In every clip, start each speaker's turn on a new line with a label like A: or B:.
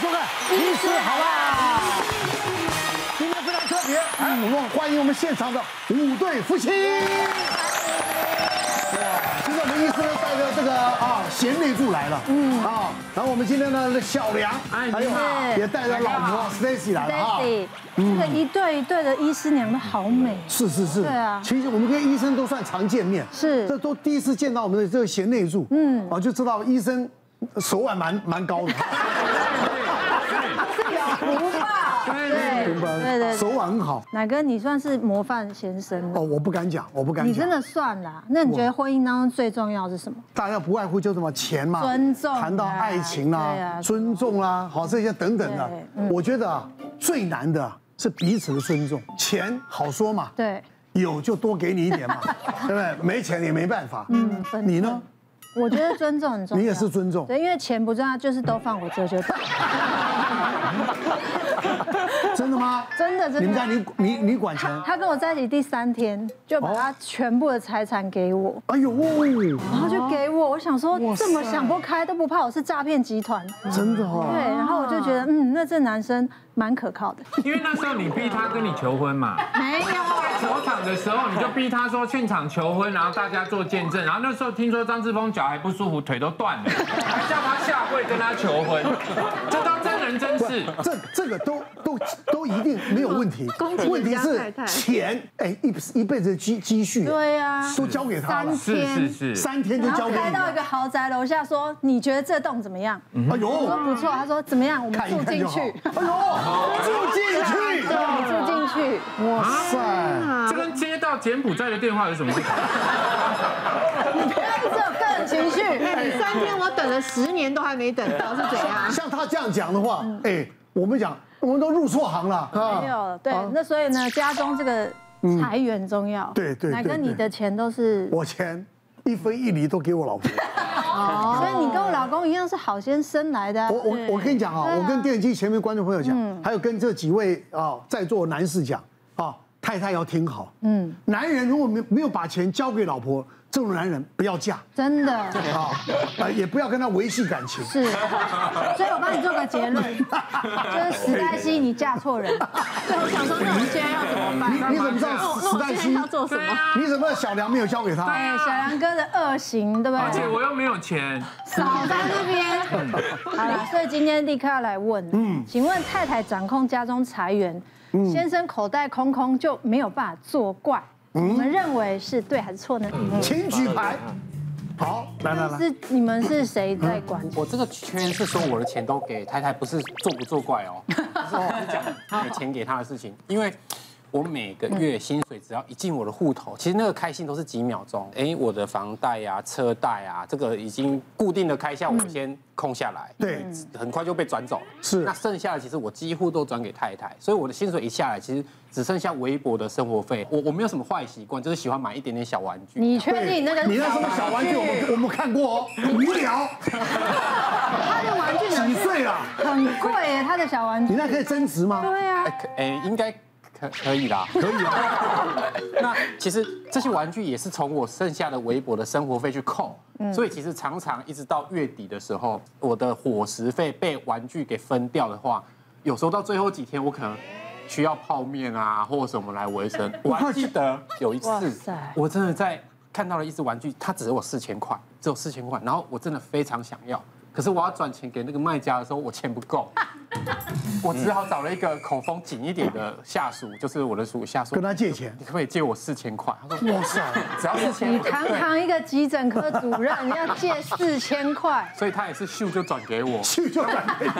A: 收看《医师好啦》。今天非常特别，哎，我们欢迎我们现场的五对夫妻。啊今天我们医师呢带着这个啊贤内助来了，嗯啊，然后我们今天呢小梁，哎，还有也带着老婆 Stacy 来了啊。
B: Daisy，这个一对一对的医师娘们好美，
A: 是是是，
B: 对啊
A: 其实我们跟医生都算常见面，
B: 是
A: 这都第一次见到我们的这个贤内助，嗯，啊，就知道医生手腕蛮蛮高的，
B: 是有福报，对对对
A: 手
B: 对。
A: 腕很好。
B: 奶哥，你算是模范先生
A: 哦，
B: 了
A: 我不敢讲，我不敢讲。
B: 你真的算啦。那你觉得婚姻当中最重要的是什么？
A: 大家不外乎就什么钱嘛，
B: 尊重啊
A: 谈到爱情
B: 对
A: 啦、
B: 啊
A: 尊重啦，好这些等等的
B: 对。嗯
A: 我觉得啊，最难的啊是彼此的尊重。钱好说嘛，
B: 对，
A: 有就多给你一 点嘛，对不对？没钱也没办法。嗯，
B: 分
A: 你呢？
B: 我觉得尊重很重要。
A: 你也是尊重
B: 对，因为钱不重要，就是都放我这就 对。
A: 真的吗？
B: 真的真的
A: 你们家你你你管钱？
B: 他跟我在一起第三天，就把他全部的财产给我，
A: 哎呦，
B: 然后就给我。我想说
A: 哇，塞
B: 这么想不开都不怕我是诈骗集团。
A: 真的哦
B: 对，。然后我就觉得，嗯，那这男生蛮可靠的。
C: 因为那时候你逼他跟你求婚嘛，
B: 没有。
C: 球场的时候你就逼他说现场求婚，然后大家做见证，然后那时候听说张志峰脚还不舒服，腿都断了， 还叫他下跪跟他求婚，这都真人真事。
A: 这这个都都都一定没有问题，
B: 哦
A: 问题是钱，哎，一一辈子的积积蓄，
B: 对啊
A: 都交给他了，
C: 是是是，
A: 三天就
B: 然
A: 交
B: 后
A: 给你
B: 开到一
A: 了。
B: 个豪宅楼下，说你觉得这栋怎么样？
A: 哎
B: 我说
A: 呦，
B: 不错，他说怎么样？我们
A: 看
B: 嗯住
A: 一看
B: 进
A: 就好。
B: 去，
A: 哎呦，住进去，
B: 对，我们住进去。
A: 哇塞，
C: 这跟接到柬埔寨的电话有什么不同？
B: 你不要一直有个人 情绪，
D: 你 三天我等了十年都还没等到，是怎样？
A: 像他这样讲的话，
D: 嗯
A: 哎，我们讲，我们都入错行了
B: 没
A: 啊。
B: 有对。那所以呢，家中这个财源重要。
A: 嗯对对对
B: 哪个
A: 对
B: 你的钱都是，
A: 我钱一分一厘都给我老 婆。
B: 所以你跟我老公一样是好先生来的啊。
A: 我我我跟你讲啊，我跟电视机前面观众朋友讲，
D: 嗯
A: 还有跟这几位啊在座男士讲啊，太太要听好，嗯，男人如果没没有把钱交给老婆，这种男人不要嫁
B: 真 的
A: 啊，呃也不要跟他维系感情。
B: 是，所以我帮你做个结论，就是史 黛西你嫁错人。
D: 对，我想说，那我现在要怎么办？
A: 你你怎么知道
D: 啊那
A: 史
D: 我
A: 黛
D: 现在
A: 西？
D: 要做什
C: 对
D: 么？啊
C: 啊，
A: 你怎么知道小梁没有交给他？
B: 哎，小梁哥的恶行，对不
C: 而
B: 对
C: 且？我又没有钱，
B: 少在 那边。好了，所以今天立刻要来问，嗯，请问太太掌控家中财源，
A: 嗯
B: 先生口袋空空就没有办法作怪，
A: 嗯
B: 你们认为是对还是错呢？
A: 请举牌。
D: 啊
A: 好，来来来，
B: 是你们是谁在管？
E: 我这个圈是说我的钱都给太太，不是做不做怪哦，不是我是讲有钱给她的事情，因为。我每个月薪水只要一进我的户头，其实那个开心都是几秒钟。哎，我的房贷啊、车贷啊，这个已经固定的开销，我先空下来，
A: 对，
E: 很快就被转走了。
A: 是
E: 那剩下的其实我几乎都转给太太，所以我的薪水一下来，其实只剩下微薄的生活费。我我没有什么坏习惯，就是喜欢买一点点小玩具。
B: 你确定那个
A: 你那什么小玩具，我们我们看过哦，无聊，
B: 他的玩具
A: 几岁了？
B: 很贵耶，他的小玩
A: 你
B: 具。
A: 那可以增值吗？
B: 对啊
E: 哎，，可哎，应该可可以啦，可以啊。 那其实这些玩具也是从我剩下的微薄的生活费去扣，
B: 嗯
E: 所以其实常常一直到月底的时候，我的伙食费被玩具给分掉的话，有时候到最后几天，我可能。需要泡面啊，或什么来维生。我还记得有一
B: 哇
E: 次
B: 塞，
E: 我真的在看到了一只玩具，它只有我四千块，只有四千块，然后我真的非常想要，可是我要转钱给那个卖家的时候，我钱不够，我
A: 嗯
E: 只好找了一个口风紧一点的下属，就是我的属下说，
A: 跟他借钱
E: 你可不可以借我四千块？他说
A: 哇塞，
E: 只要四千，
B: 你堂堂一个急诊科主任，你要借四千块，
E: 所以他也是咻就转给我，
A: 去就转给你。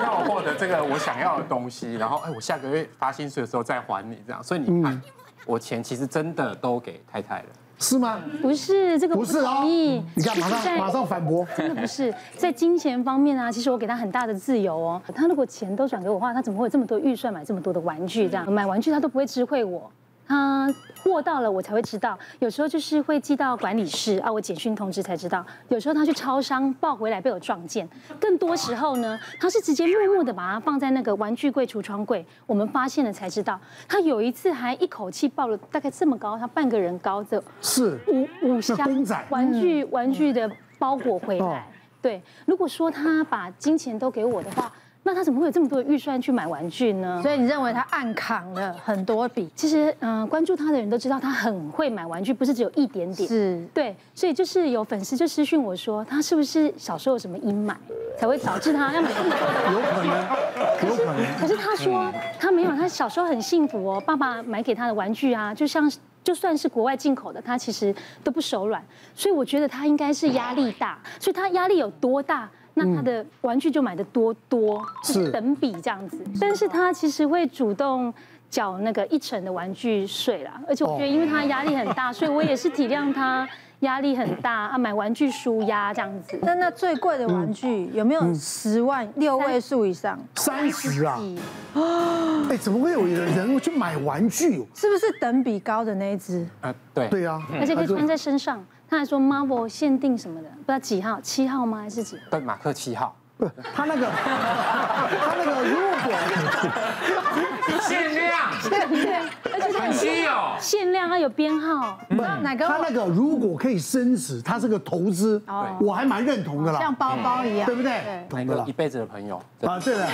E: 让我获得这个我想要的东西，然后哎，我下个月发薪水的时候再还你这样。所以
A: 嗯
E: 你看，我钱其实真的都给太太了。
A: 是吗？
F: 不是这个
A: 不是哦
F: 同意，
A: 你看，马
F: 其实在
A: 上马上反驳。
F: 真的不是在金钱方面啊，其实我给他很大的自由哦。他如果钱都转给我的话，他怎么会有这么多预算买这么多的玩具？这样买玩具他都不会知会我。他货到了我才会知道，有时候就是会寄到管理室啊，我简讯通知才知道。有时候他去超商抱回来被我撞见，更多时候呢，他是直接默默的把它放在那个玩具柜、橱窗柜，我们发现了才知道。他有一次还一口气抱了大概这么高，他半个人高的
A: 是
F: 五五箱
A: 那公仔嗯
F: 玩具玩具的包裹回
A: 哦
F: 来。对，如果说他把金钱都给我的话，那他怎么会有这么多的预算去买玩具呢？
B: 所以你认为他暗扛了很多笔？
F: 其实，嗯、关注他的人都知道他很会买玩具，不是只有一点点。
B: 是
F: 对，所以就是有粉丝就私讯我说，他是不是小时候有什么阴霾，才会导致他要买这么多的玩具？
A: 有可能，有可能。嗯
F: 可是他说他没有，他小时候很幸福哦，爸爸买给他的玩具啊，就像是就算是国外进口的，他其实都不手软，所以我觉得他应该是压力大，所以他压力有多大？那
A: 嗯
F: 他的玩具就买的多多，就是等比这样子。但是他其实会主动缴那个一成的玩具税啦，而且我觉得因为他压力很大，所以我也是体谅他压力很大啊，买玩具舒压这样子。
B: 那那最贵的玩具有没有十万六位数以上？
A: 三十啊！哎，怎么会有人去买玩具？
B: 是不是等比高的那一只？
E: 啊，对，
A: 对啊，
F: 而且可以穿在身上。他还说 Marvel 限定什么的，不知道几号，七号吗？还是几号？
E: 对，马克七号，
A: 不是他那个， 他那个如果
C: 限量，
F: 而且他
C: 很
F: 有
C: 稀有。
F: 限量，它啊有编号。
B: 不知道哪
A: 他
B: 个
A: 那个如果可以升值，他是个投资，我还蛮认同的啦
B: 像，包包一样
A: 对？不对？
E: 买
A: 懂的
E: 个
A: 啦
E: 一。辈子的朋友。对
A: 啊，对了，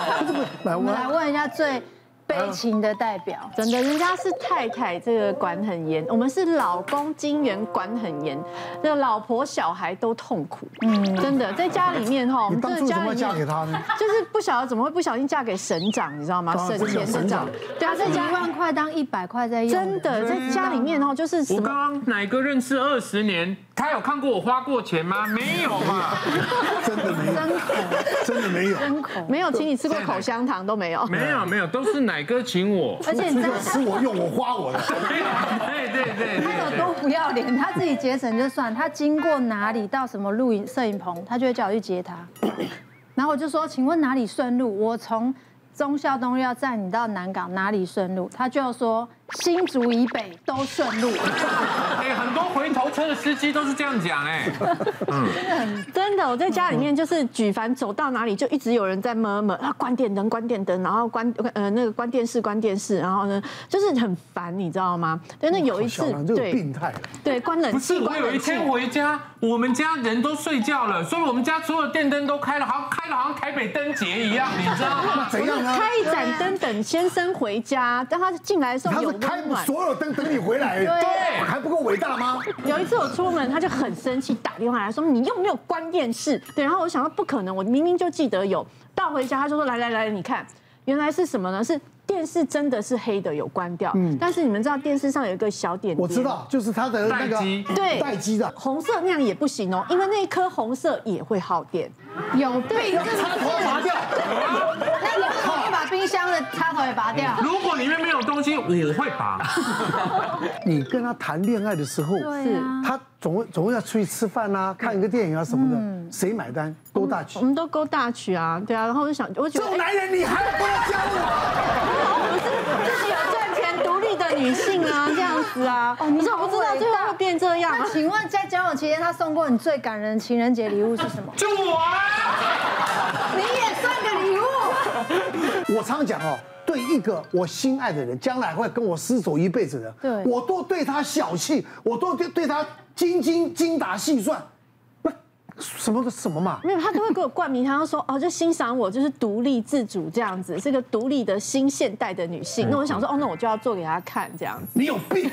A: 来，
B: 我
A: 我
B: 们
A: 们
B: 来
A: 来
B: 问一下最悲情的代表，
D: 真的，人家是太太，这个管很严；我们是老公金元管很严，这个老婆小孩都痛苦。嗯，真的，在家里面哈，我
A: 你
D: 们这
A: 当
D: 个
A: 初怎
D: 家
A: 么
D: 里
A: 要嫁
D: 面
A: 给他呢？
D: 就是不晓得怎么会不小心嫁给省长，你知道吗？
A: 啊真
D: 省
A: 的
D: 钱省长嗯
A: 省，
D: 对啊，在
B: 一
D: 家
B: 万块当一百块在用，
D: 真的在家里面哦，就是什
C: 我
D: 么
C: 刚刚奶哥认识二十年，他有看过我花过钱吗？没有嘛。
A: 真的没有，真的没有，
D: 没有请你吃过口香糖都没有。
C: 没有没有，都是奶哥请我。
B: 而且你
A: 这
B: 知道
A: 个吃我用我花我的，
C: 对对对
B: 他有
C: 对
B: 多不要脸，他自己节省就算，他经过哪里到什么录影摄影棚，他就会叫我去接 他。然后我就说，请问哪里顺路？我从忠孝东路要载你到南港，哪里顺路？他就说新竹以北都顺路。
C: 哎，很多回头车的司机都是这样讲哎。
D: 真的，我在家里
A: 嗯
D: 面就是举凡走到哪里，就一直有人在摸摸啊，关电灯，关电灯，然后关呃那个关电视，关电视，然后呢就是很烦，你知道吗？真的有一次
A: 小兰，这有
D: 对
A: 病态。
D: 对，关冷
C: 不是，
D: 气，
C: 我
D: 关
C: 有一
D: 冷气。
C: 天回家，我们家人都睡觉了，所以我们家所有电灯都开了，好像开了好像台北灯节一样，啊你知道 吗？
A: 怎样呢？
D: 开一盏灯等先生回家，当他进来的时候
A: 他
D: 有
A: 是
D: 温
A: 开
D: 暖。
A: 所有灯等你回来，
C: 对
A: 还不够伟大吗？
D: 有一次我出门，他就很生气，打电话来说你又没有关电视。对，然后我想到不可能，我明明就记得有。到回家他就说来来来，你看，原来是什么呢？是电视真的是黑的，有关掉。但是你们知道电视上有一个小点点，
A: 嗯我知。道，就是他的那个
C: 待机
D: 对
A: 嗯待机的，
D: 红色那样也不行哦，因为那一颗红色也会耗电。
B: 有病！
A: 插头拔掉，
B: 那有空就把冰箱的插头也拔掉。
C: 如果里面没有东西，我会拔。
A: 你跟他谈恋爱的时候，
B: 对啊
A: 他总会总会要出去吃饭啊，看一个电影啊什么
D: 嗯
A: 的，谁买单？多大
D: 我
A: 局？
D: 们都勾大曲啊，对啊，然后我就想，我觉
A: 这
D: 得
A: 种男人你还不能加入啊？
D: 我是自己有赚钱独立的女性啊，这样子啊，
B: 哦
D: 哦，
B: 你
D: 你怎么不知道最后会变这样
B: 那
D: 啊？
B: 请问在交往期间，他送过你最感人的情人节礼物是什么？
C: 就我啊，
B: 你也算个 礼物。
A: 我常讲哦。对一个我心爱的人，将来会跟我厮守一辈子的，
B: 对
A: 我多对他小气，我多对对他精精精打细算，那什么什么嘛？
D: 没有，他都会给我冠名，他就说哦，就欣赏我就是独立自主这样子，是个独立的新现代的女性。那我想说，哦，那我就要做给他看这样子。
A: 你有病！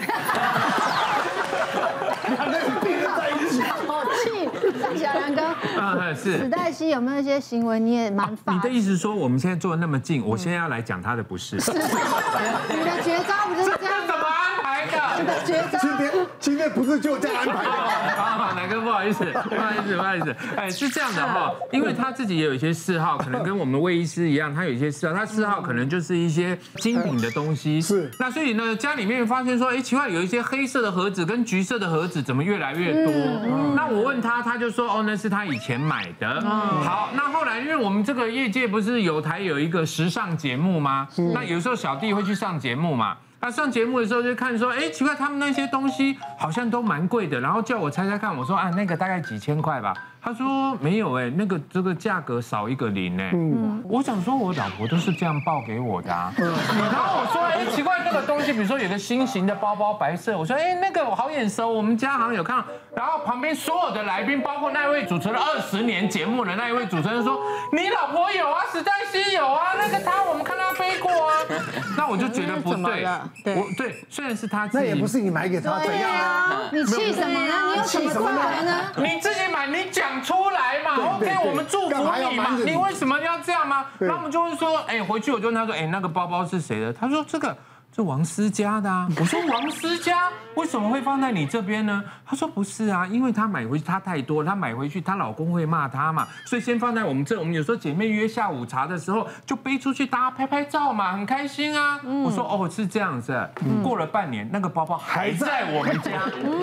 A: 两个有病在一起，
B: 好气！那小梁哥，
C: 嗯
B: 史
C: 是。
B: 黛西有没有一些行为你也蛮
C: 你
B: 烦
C: 的？意思说我们现在坐的那么近，我现在要来讲他的不是？是
B: 你的绝招不就是这样
C: 怎么
B: 吗？
C: 安排
B: 你
C: 的？
B: 的绝招。
A: 今天今天不是就这样安排的？
C: 啊，奶哥，不好意思，不好意思，不好意思，哎，是这样的哈，因为他自己也有一些嗜好，可能跟我们魏医师一样，他有一些嗜好，他嗜好可能就是一些精品的东西。
A: 是
C: 那所以呢，家里面发现说，哎，奇怪，有一些黑色的盒子跟橘色的盒子怎么越来越多？嗯那我问他，他就说，哦，那是他以前买的。好，那后来因为我们这个业界不是有台有一个时尚节目吗？那有时候小弟会去上节目嘛。他上节目的时候就看说，哎，奇怪，他们那些东西好像都蛮贵的，然后叫我猜猜看，我说啊，那个大概几千块吧。他说没有哎，那个这个价格少一个零哎。嗯，我想说，我老婆都是这样报给我的、啊。然后我说，哎，奇怪，那个东西，比如说有个新型的包包，白色，我说，哎，那个我好眼熟，我们家好像有看到。然后旁边所有的来宾，包括那位主持了二十年节目的那一位主持人说，你老婆有啊，史黛西啊 觉得不
G: 怎么
C: 对
G: 了。对
C: 我对，虽然是他自
A: 那
C: 己，
A: 也不是你买给他怎样啊？
B: 你气什么呢？你有什么过来呢？
C: 你自己买，你讲出来嘛。
A: 对对
C: OK，
A: 对
C: 我们祝福
A: 干嘛要
C: 你嘛
A: 瞒着。你
C: 你为什么要这样吗？
A: 对
C: 然后我们就会说，哎，回去我就问他说，哎，那个包包是谁的？他说这个。这王思佳的啊，我说王思佳为什么会放在你这边呢？他说不是啊，因为她买回去她太多，她买回去她老公会骂她嘛，所以先放在我们这。我们有时候姐妹约下午茶的时候就背出去，大家拍拍照嘛，很开心啊。我说哦是这样子，过了半年那个包包嗯还在我们家，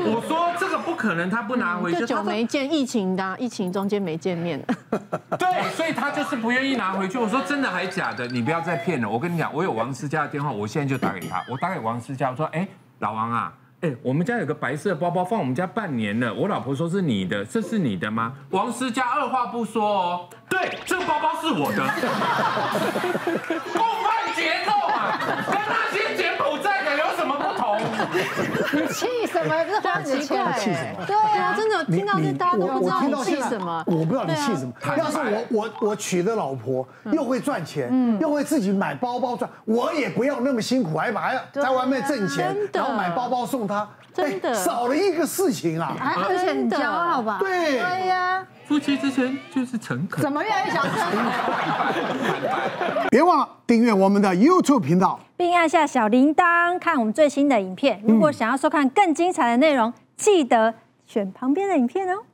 C: 我说这个不可能，他不拿回去，
D: 嗯这
C: 他
D: 久
C: 说
D: 没见，疫情的啊、疫情中间没 见面，
C: 对，所以他就是不愿意拿回去。我说真的还假的？你不要再骗了。我跟你讲，我有王思佳的电话，我现在就打给他。我打给王思佳，我说：“哎，老王啊，哎，我们家有个白色包包放我们家半年了，我老婆说是你的，这是你的吗？”王思佳二话不说哦，对，这个包包是我的。共犯节奏啊，跟那些柬埔寨的有什么不同？
B: 你气什么？不是花你的钱
D: 对
A: 气什么？
D: 对啊，真的
A: 欸你
D: 听到这
A: 你
D: 大家都
A: 我
D: 不知道
A: 我听
D: 你
A: 到
D: 气
A: 现在
D: 什么。
A: 我不知道你气什么。
C: 对啊
A: 要是我我我娶的老婆
D: 嗯
A: 又会赚钱，又会自己买包包赚，我也不要那么辛苦，还把还要在外面挣钱
D: 啊真，的
A: 然后买包包送她，
D: 真
A: 哎
D: 的哎
A: 少了一个事情啊。
B: 啊而且很骄傲吧？
A: 对
B: 对呀，
C: 夫妻之前就是诚恳。
B: 怎么越来越想生？
A: 别忘了订阅我们的 YouTube 频道。
B: 并按下小铃铛看我们最新的影片。如果想要收看更精彩的内容，记得选旁边的影片哦。